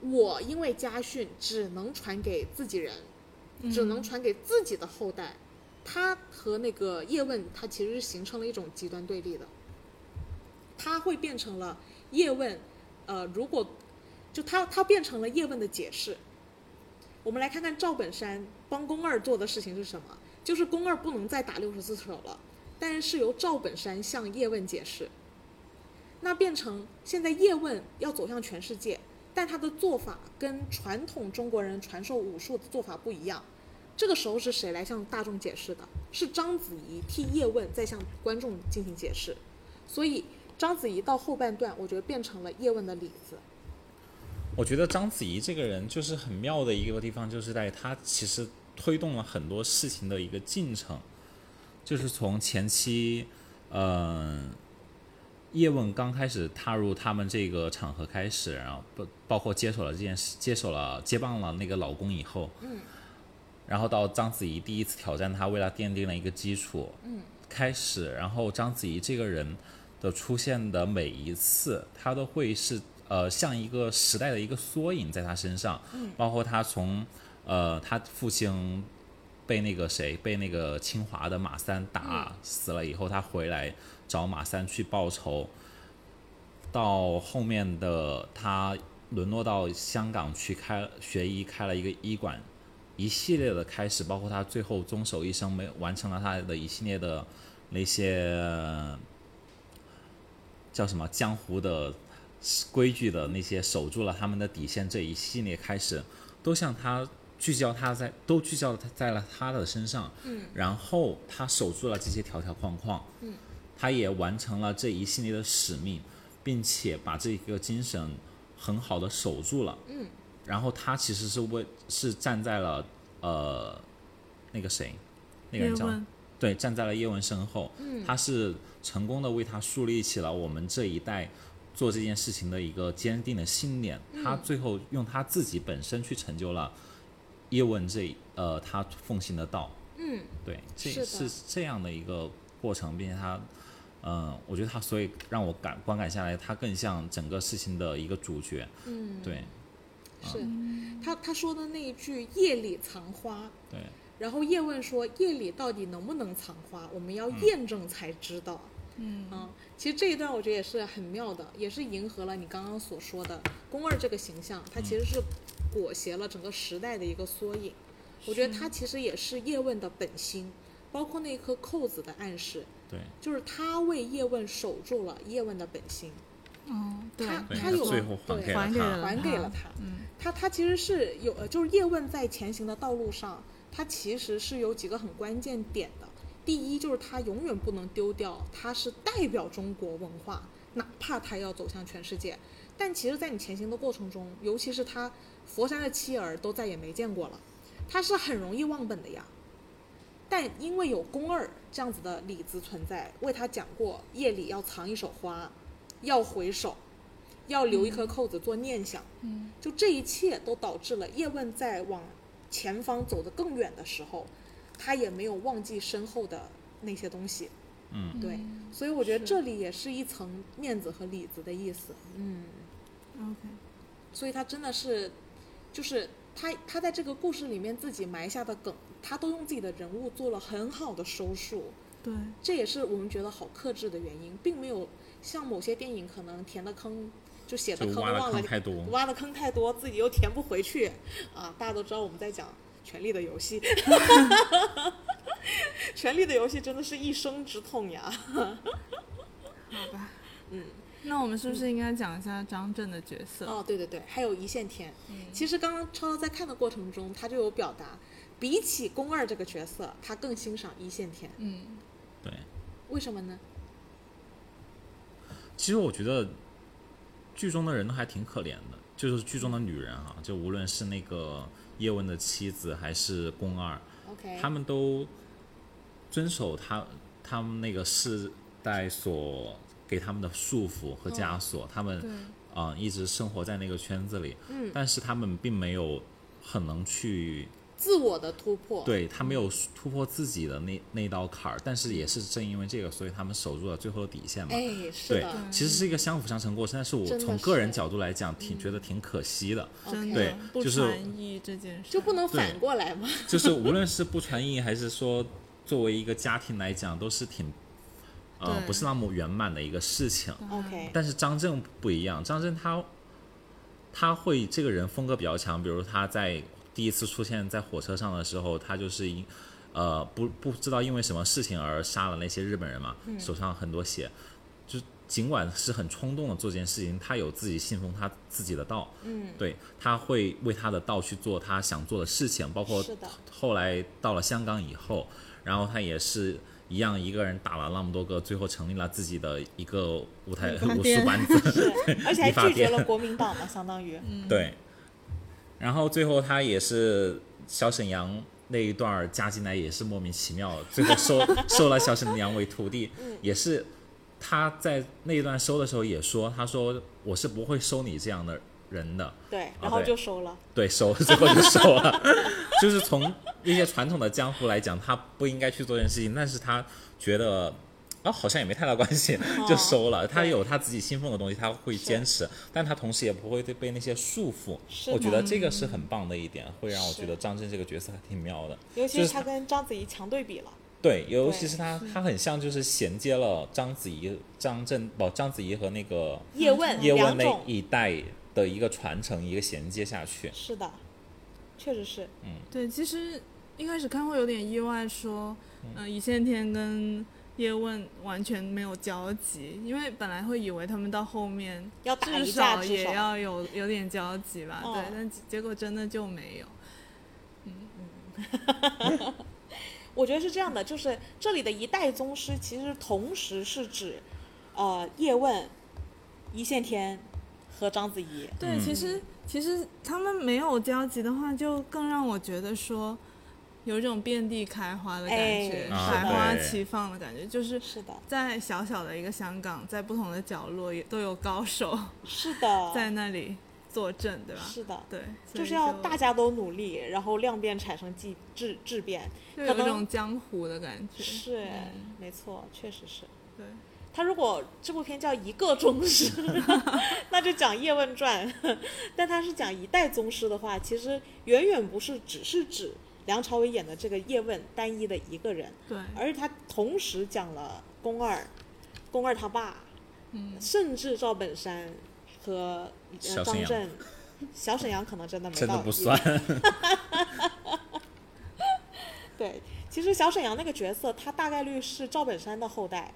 我因为家训只能传给自己人，只能传给自己的后代。他和那个叶问，他其实是形成了一种极端对立的。他会变成了叶问，呃，如果就他他变成了叶问的解释。我们来看看赵本山帮宫二做的事情是什么，就是宫二不能再打六十四手了，但是由赵本山向叶问解释。那变成现在叶问要走向全世界，但他的做法跟传统中国人传授武术的做法不一样。这个时候是谁来向大众解释的？是章子怡替叶问在向观众进行解释。所以章子怡到后半段，我觉得变成了叶问的里子。我觉得章子怡这个人就是很妙的一个地方，就是在她其实推动了很多事情的一个进程，就是从前期，嗯、叶问刚开始踏入他们这个场合开始，然后包包括接手了这件事，接手了接棒了那个老公以后，嗯，然后到章子怡第一次挑战他，为他奠定了一个基础，嗯，开始，然后章子怡这个人的出现的每一次，他都会是呃像一个时代的一个缩影在他身上，嗯，包括他从呃他父亲被那个谁被那个清华的马三打死了以后，他回来找马三去报仇，到后面的他沦落到香港去开学医，开了一个医馆，一系列的开始，包括他最后终守一生，没有完成了他的一系列的那些叫什么江湖的规矩的那些守住了他们的底线这一系列开始，都向他聚焦他在都聚焦他在了他的身上，嗯，然后他守住了这些条条框框，嗯，他也完成了这一系列的使命，并且把这个精神很好的守住了，嗯，然后他其实是为是站在了呃那个谁那个人叶叫问对，站在了叶问身后，嗯他是成功的为他树立起了我们这一代做这件事情的一个坚定的信念。嗯他最后用他自己本身去成就了叶问这呃他奉行的道。嗯，对，这是的是这样的一个过程，并且他，嗯、我觉得他所以让我感观感下来，他更像整个事情的一个主角。嗯，对是他他说的那一句“夜里藏花对，”，然后叶问说：“夜里到底能不能藏花，我们要验证才知道。嗯啊，其实这一段我觉得也是很妙的，也是迎合了你刚刚所说的宫二这个形象，他其实是裹挟了整个时代的一个缩影。我觉得他其实也是叶问的本心，包括那颗扣子的暗示，对，就是他为叶问守住了叶问的本心，嗯，对，他对他那有最后还对给了还给他了还给了他。嗯，他他其实是有，呃，就是叶问在前行的道路上，他其实是有几个很关键点的。第一就是他永远不能丢掉，他是代表中国文化，哪怕他要走向全世界。但其实，在你前行的过程中，尤其是他佛山的妻儿都再也没见过了，他是很容易忘本的呀。但因为有宫二这样子的里子存在，为他讲过夜里要藏一手花，要回首，要留一颗扣子做念想。嗯，就这一切都导致了叶问在往前方走得更远的时候，他也没有忘记身后的那些东西。嗯，对，所以我觉得这里也是一层面子和里子的意思。嗯， OK，所以他真的是，就是他他在这个故事里面自己埋下的梗，他都用自己的人物做了很好的收束。对，这也是我们觉得好克制的原因，并没有像某些电影可能填的坑就写的就坑挖忘了了坑太多。挖的坑太多，自己又填不回去啊！大家都知道我们在讲《权力的游戏》， 《权力的游戏》真的是一生之痛呀。好吧，嗯，那我们是不是应该讲一下张震的角色？哦，对对对，还有一线天。其实刚刚超超在看的过程中，他就有表达，比起宫二这个角色，他更欣赏一线天。嗯，对，为什么呢？其实我觉得剧中的人都还挺可怜的，就是剧中的女人啊，就无论是那个叶问的妻子还是宫二， OK，他们都遵守他他们那个世代所给他们的束缚和枷锁，他们对，嗯、一直生活在那个圈子里，嗯但是他们并没有很能去自我的突破，，对他没有突破自己的那那道坎儿，但是也是正因为这个，所以他们守住了最后的底线嘛。哎，是对的，，其实是一个相辅相成过程，但是我真的从个人是嗯角度来讲，挺觉得挺可惜的，真 OK 的对不就是传艺这件事就不能反对过来吗？就是无论是不传艺，还是说作为一个家庭来讲，都是挺，呃，对不是那么圆满的一个事情。 OK，但是张震不一样，张震他他会这个人风格比较强，比如他在第一次出现在火车上的时候，他就是因呃不不知道因为什么事情而杀了那些日本人嘛，嗯手上很多血，就尽管是很冲动的做这件事情，他有自己信奉他自己的道，嗯，对，他会为他的道去做他想做的事情，包括是的后来到了香港以后，然后他也是。一样一个人打了那么多个，最后成立了自己的一个舞台理发武术店班子， 是，而且还理发拒绝店了国民党 嘛，相当于，对，然后最后他也是小沈阳那一段儿加进来也是莫名其妙，最后收收了小沈阳为徒 弟，也是他在那一段收的时候也说，他说我是不会收你这样的人的，对，啊然后对就收了，对，收了最后就收了， 就是从一些传统的江湖来讲，他不应该去做这件事情，但是他觉得。啊、好像也没太大关系，哦就收了。他对有他自己信奉的东西，他会坚持，但他同时也不会被那些束缚。是我觉的得这个是很棒的一点，会让我是觉得张震这个角色还挺妙的。尤其就是是他他跟章子怡强对比了，对，尤对其是他，他很像就是衔接了章子怡、张震不章子怡和那个叶问叶两嗯问那种，一代的一个传承，一个衔接下去。是的，确实是，对，其实一开始看会有点意外，说，嗯、呃，一线天跟叶问完全没有交集，因为本来会以为他们到后面要打至一架少至也少，要有有点交集吧，哦对，但结结果真的就没有。我觉得是这样的，就是这里的一代宗师其实同时是指，呃，叶问、一线天和章子怡，对，其实其实他们没有交集的话，就更让我觉得说，有一种遍地开花的感觉，哎啊百花对齐放的感觉，就是是的，在小小的一个香港，在不同的角落也都有高手是的，在那里坐镇，对吧？是的。对，所就以是要就大家都努力，然后量变产生质质质变，就可有一能种江湖的感觉，嗯是、没错，确实是。对，他如果这部片叫一个宗师， 那就讲《叶问传》； 但他是讲一代宗师的话，其实远远不是只是指梁朝伟演的这个叶问单一的一个人，对，而是他同时讲了宫二、宫二他爸，嗯，甚至赵本山和小呃沈张阳震。小沈阳可能真的没到，真的不算。对，其实小沈阳那个角色，他大概率是赵本山的后代，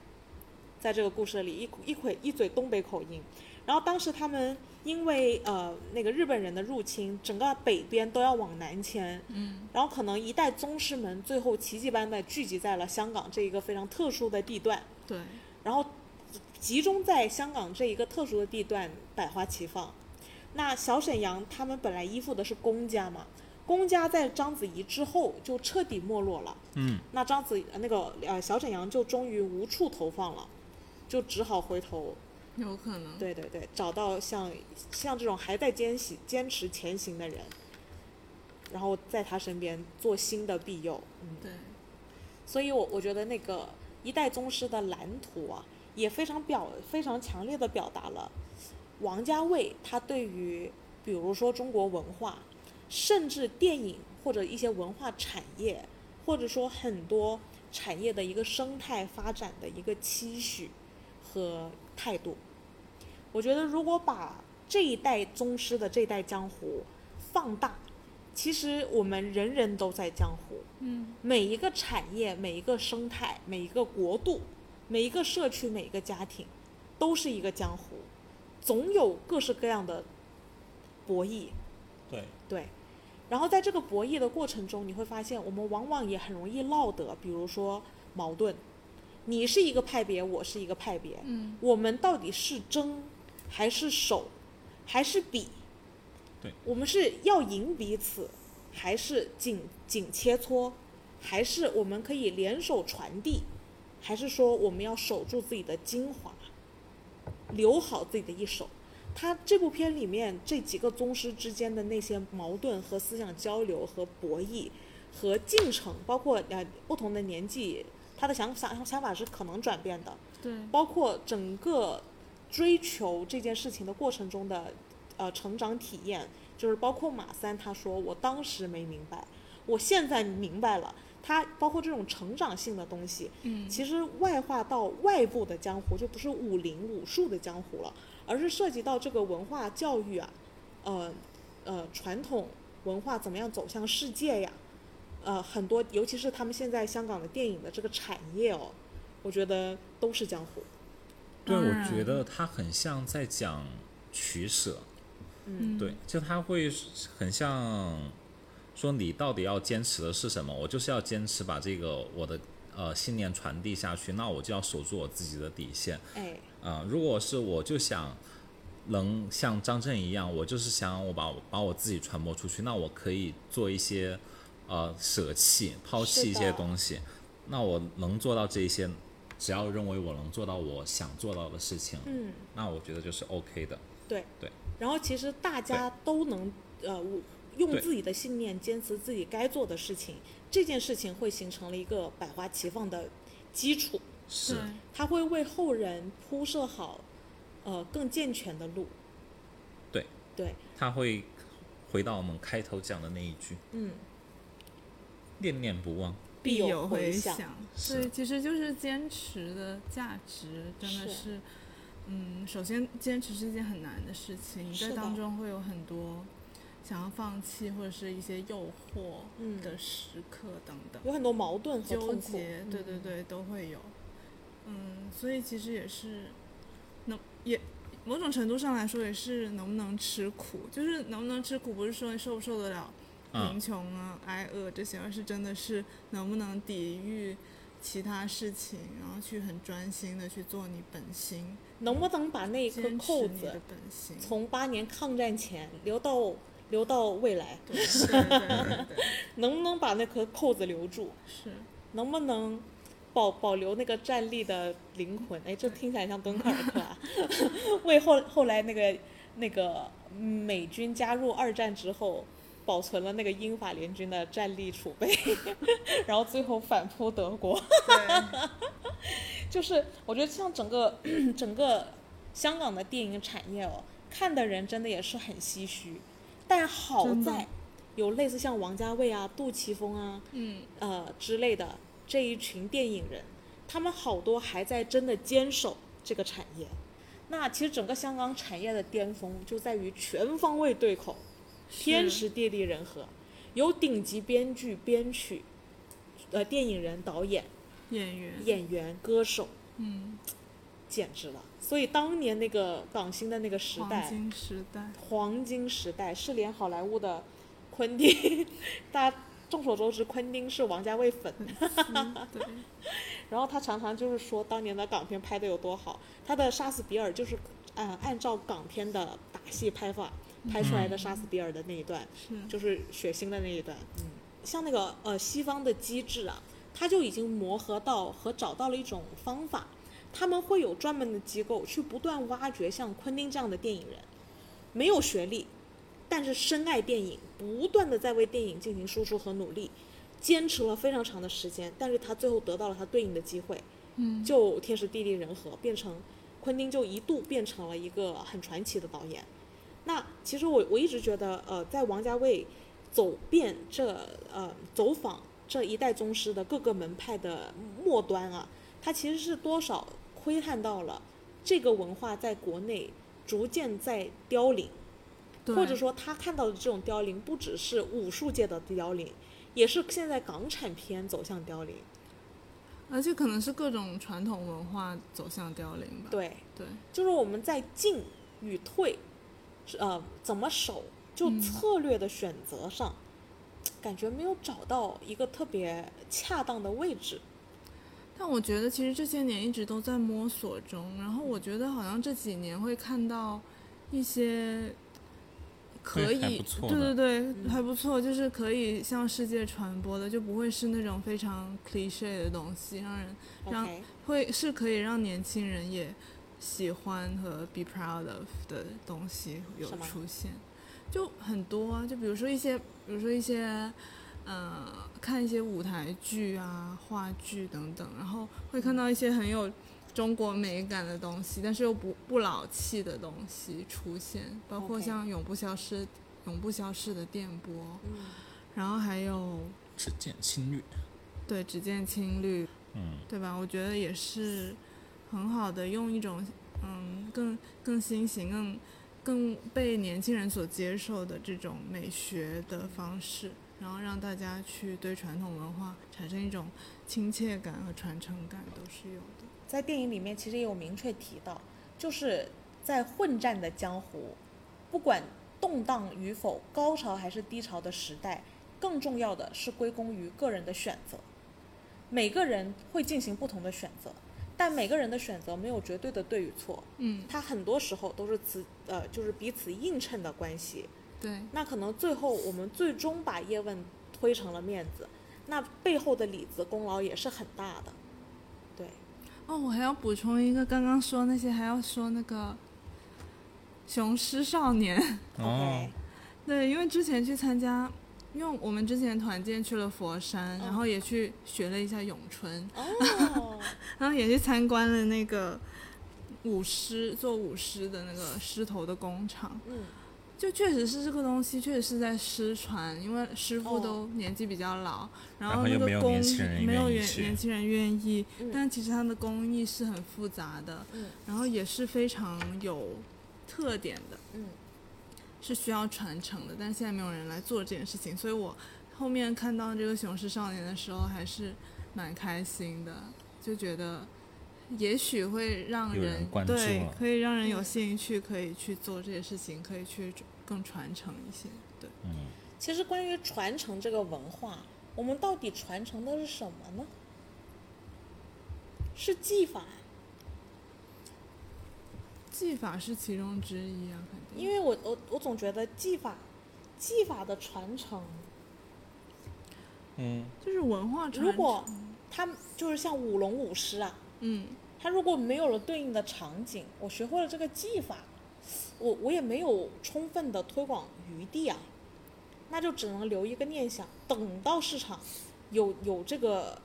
在这个故事里一口一口一嘴东北口音。然后当时他们因为呃那个日本人的入侵，整个北边都要往南迁，嗯，然后可能一代宗师们最后奇迹般的聚集在了香港这一个非常特殊的地段，对，然后集中在香港这一个特殊的地段百花齐放。那小沈阳他们本来依附的是公家嘛，公家在章子怡之后就彻底没落了。嗯，那章子呃那个呃小沈阳就终于无处投放了，就只好回头，有可能，对对对，找到像像这种还在坚持坚持前行的人，然后在他身边做新的庇佑。嗯，对，所以我我觉得那个一代宗师的蓝图啊，也非常表非常强烈的表达了王家卫他对于比如说中国文化，甚至电影或者一些文化产业，或者说很多产业的一个生态发展的一个期许和态度。我觉得如果把这一代宗师的这一代江湖放大，其实我们人人都在江湖。嗯，每一个产业、每一个生态、每一个国度、每一个社区、每一个家庭，都是一个江湖，总有各式各样的博弈。对，对，然后在这个博弈的过程中，你会发现我们往往也很容易落得，比如说矛盾，你是一个派别，我是一个派别，嗯，我们到底是争还是守，还是比？对，我们是要赢彼此，还是紧紧切磋，还是我们可以联手传递，还是说我们要守住自己的精华，留好自己的一手？他这部片里面这几个宗师之间的那些矛盾和思想交流和博弈和进程，包括呃不同的年纪，他的想想想法是可能转变的，对，包括整个追求这件事情的过程中的呃成长体验，就是包括马三他说我当时没明白，我现在明白了。他包括这种成长性的东西，嗯，其实外化到外部的江湖，就不是武林武术的江湖了，而是涉及到这个文化教育啊，呃呃传统文化怎么样走向世界呀，呃很多，尤其是他们现在香港的电影的这个产业哦，我觉得都是江湖。对，当我然觉得他很像在讲取舍，嗯对，就他会很像说你到底要坚持的是什么？我就是要坚持把这个我的呃信念传递下去，那我就要守住我自己的底线哎，啊、如果是我就想能像张震一样，我就是想我把我把我自己传播出去，那我可以做一些呃舍弃、抛弃一是些的东西，那我能做到这一些，只要认为我能做到我想做到的事情，嗯，那我觉得就是 OK 的。对对。然后其实大家都能呃我用对自己的信念坚持自己该做的事情，这件事情会形成了一个百花齐放的基础。是对他会为后人铺设好，呃，更健全的路。对对，他会回到我们开头讲的那一句嗯， “念念不忘必必有有回回响。响。是对，其实就是坚持的价值真的是是，嗯，首先坚持是一件很难的事情，是在的当中会有很多想要放弃或者是一些诱嗯惑的时刻等等，有很多矛盾和纠痛苦。嗯结，对对对，都会有。嗯，所以其实也是能也。某种程度上来说，也是能不能吃苦，就是能不能吃苦，不是说受不受得了，”。贫嗯，穷啊、挨饿这些，而是真的是能不能抵御其他事情，然后去很专心的去做你本心，能不能把那一颗坚持扣你的子本心。从八年抗战前留到留到未来？对对对对对，能不能把那颗扣子留住？ 是能不能保保留那个站立的灵魂？哎，这听起来像敦刻尔克啊！ 为后后来那个那个嗯美军加入二战之后，保存了那个英法联军的战力储备， 然后最后反扑德国。对，就是我觉得像整个 整个香港的电影产业哦，看的人真的也是很唏嘘，但好真的在有类似像王家卫啊、杜琪峰啊，嗯，呃之类的这一群电影人，他们好多还在真的坚守这个产业。那其实整个香港产业的巅峰就在于全方位对口，天是时地利人和，有顶级编剧、编曲，呃，电影人、导演、演员，演员、歌手，嗯，简直了。所以当年那个港星的那个时代黄，金时 代，黄金时代是连好莱坞的昆汀， 大家众所周知，昆汀是王家卫粉，嗯对，然后他常常就是说当年的港片拍的有多好，他的《杀死比尔》就是嗯、呃按照港片的打戏拍法拍出来的《杀死比尔》的那一段，是就是血腥的那一段。嗯，像那个呃西方的机制啊，它就已经磨合到和找到了一种方法，他们会有专门的机构去不断挖掘像昆汀这样的电影人，没有学历，但是深爱电影，不断的在为电影进行输出和努力，坚持了非常长的时间，但是他最后得到了他对应的机会，嗯，就天时地利人和，变成昆汀就一度变成了一个很传奇的导演。那其实我我一直觉得，呃，在王家卫走遍这呃走访这一代宗师的各个门派的末端啊，他其实是多少窥探到了这个文化在国内逐渐在凋零。对或者说他看到的这种凋零，不只是武术界的凋零，也是现在港产片走向凋零。而且可能是各种传统文化走向凋零吧。对，对，就是我们在进与退，呃，怎么守，就嗯策略的选择上，感觉没有找到一个特别恰当的位置。但我觉得其实这些年一直都在摸索中，然后我觉得好像这几年会看到一些可还以不，错对的对嗯对，还不错，就是可以向世界传播的，就不会是那种非常 cliche 的东西，让人让 OK，会是可以让年轻人也喜欢和 be proud of 的东西有什么出现，就很多啊，就比如说一些，比如说一些，呃，看一些舞台剧啊、话剧等等，然后会看到一些很有中国美感的东西，但是又不不老气的东西出现，包括 OK 像永不消失、永不消失的电波，嗯，然后还有只见青绿，对只见青绿嗯，对吧？我觉得也是很好的，用一种嗯更更新型、更更被年轻人所接受的这种美学的方式，然后让大家去对传统文化产生一种亲切感和传承感，都是有的。在电影里面其实也有明确提到，就是在混战的江湖，不管动荡与否，高潮还是低潮的时代，更重要的是归功于个人的选择。每个人会进行不同的选择，但每个人的选择没有绝对的对与错，嗯，它很多时候都是此呃就是彼此映衬的关系。对，那可能最后我们最终把叶问推成了面子，那背后的里子功劳也是很大的。对，哦，我还要补充一个，刚刚说那些还要说那个雄狮少年。哦 OK，对，因为之前去参加，因为我们之前团建去了佛山，然后也去学了一下咏春，哦，然后也去参观了那个舞狮做舞狮的那个狮头的工厂。嗯，就确实是这个东西，确实是在失传，因为师傅哦都年纪比较老，然嗯然后那又个没有工年艺轻人没有愿意年去年轻人愿意，嗯但其实它的工艺是很复杂的，嗯然后也是非常有特点的。嗯，是需要传承的，但现在没有人来做这件事情，所以我后面看到这个《雄狮少年》的时候，还是蛮开心的，就觉得也许会让有人人关注对了，可以让嗯人有兴趣，可以去做这些事情，可以去更传承一些。对，嗯，其实关于传承这个文化，我们到底传承的是什么呢？是技法，技法是其中之一啊，肯定。因为我我我总觉得技法，技法的传承，嗯，就是文化传如果承它就是像舞龙舞狮啊，嗯，它如果没有了对应的场景，我学会了这个技法，我我也没有充分的推广余地啊，那就只能留一个念想，等到市场有有这个，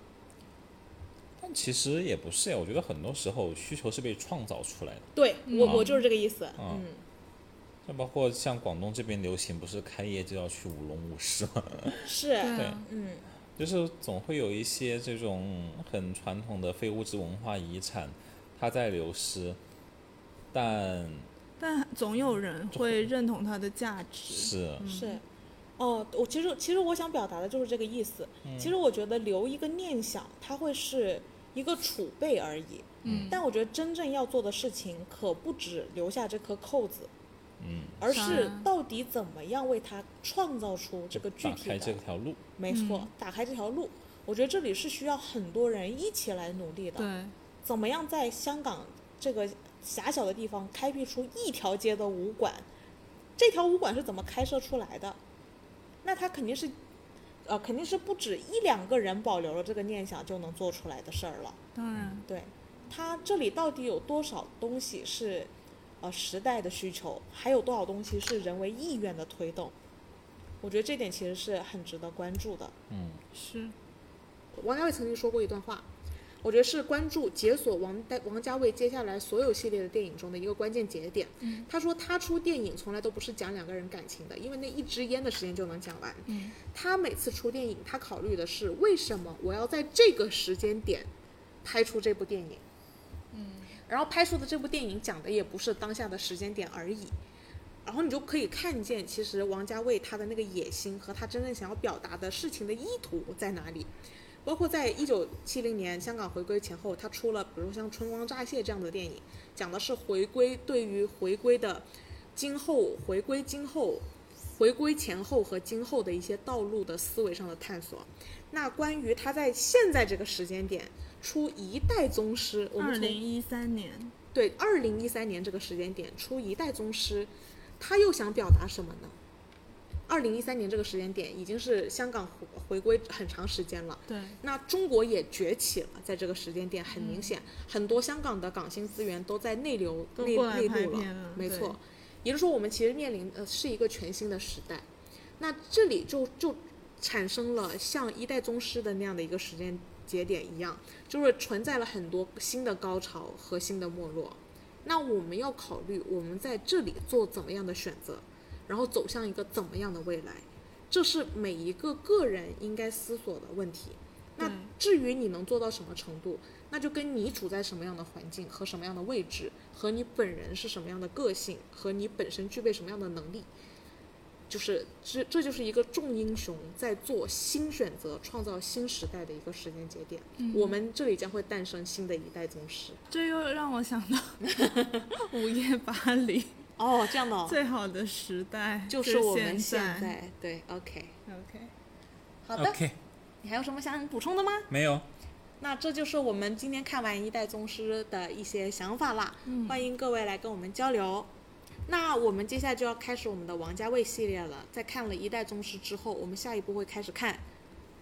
但其实也不是呀，我觉得很多时候需求是被创造出来的，对我、嗯我就是这个意思，嗯嗯像包括像广东这边流行，不是开业就要去舞龙舞狮嘛，是，对对啊，嗯 就是总会有一些这种很传统的非物质文化遗产，它在流失，但但总有人会认同它的价值。嗯是是。哦，我其实其实我想表达的就是这个意思。嗯其实我觉得留一个念想，它会是一个储备而已。嗯，但我觉得真正要做的事情，可不止留下这颗扣子，嗯，而当是然到底怎么样为它创造出这个具打体开的，这条路，没错，嗯打开这条路。我觉得这里是需要很多人一起来努力的。对，怎么样在香港这个狭小的地方开辟出一条街的武馆？这条武馆是怎么开设出来的？那它肯定是，呃，肯定是不止一两个人保留了这个念想就能做出来的事儿了。当然。对，它这里到底有多少东西是，呃，时代的需求，还有多少东西是人为意愿的推动？我觉得这点其实是很值得关注的。嗯，是，王家卫曾经说过一段话，我觉得是关注解锁王代王家卫接下来所有系列的电影中的一个关键节点。嗯他说他出电影从来都不是讲两个人感情的，因为那一支烟的时间就能讲完。嗯，他每次出电影，他考虑的是为什么我要在这个时间点拍出这部电影。嗯，然后拍出的这部电影讲的也不是当下的时间点而已。然后你就可以看见，其实王家卫他的那个野心和他真正想要表达的事情的意图在哪里。包括在一九七零年香港回归前后，他出了比如像《春光乍泄》这样的电影，讲的是回归对于回归的今后、回归今后、回归前后和今后的一些道路的思维上的探索。那关于他在现在这个时间点出一代宗师，我二们从零一三年，对，二零一三年这个时间点出一代宗师，他又想表达什么呢？二零一三年这个时间点已经是香港回回归很长时间了。对，那中国也崛起了，在这个时间点很明显，很多香港的港星资源都在内流、嗯都内过来内拍陆了片了没对错，也就是说，我们其实面临的是一个全新的时代。那这里就就产生了像一代宗师的那样的一个时间节点一样，就是存在了很多新的高潮和新的没落。那我们要考虑我们在这里做怎么样的选择，然后走向一个怎么样的未来，这是每一个个人应该思索的问题。那对至于你能做到什么程度，那就跟你处在什么样的环境和什么样的位置，和你本人是什么样的个性，和你本身具备什么样的能力，就是这这就是一个众英雄在做新选择、创造新时代的一个时间节点。我们这里将会诞生新的一代宗师。这又让我想 到午夜巴黎哦，这样的、哦，最好的时代就是我们现现。在对，OK， OK，好的 OK，你还有什么想补充的吗？没有，那这就是我们今天看完《一代宗师》的一些想法啦，欢迎各位来跟我们交流。那我们接下来就要开始我们的王家卫系列了。在看了一代宗师之后，我们下一步会开始看《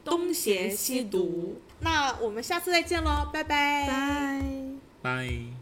东邪西毒》。那我们下次再见喽，拜拜拜。拜。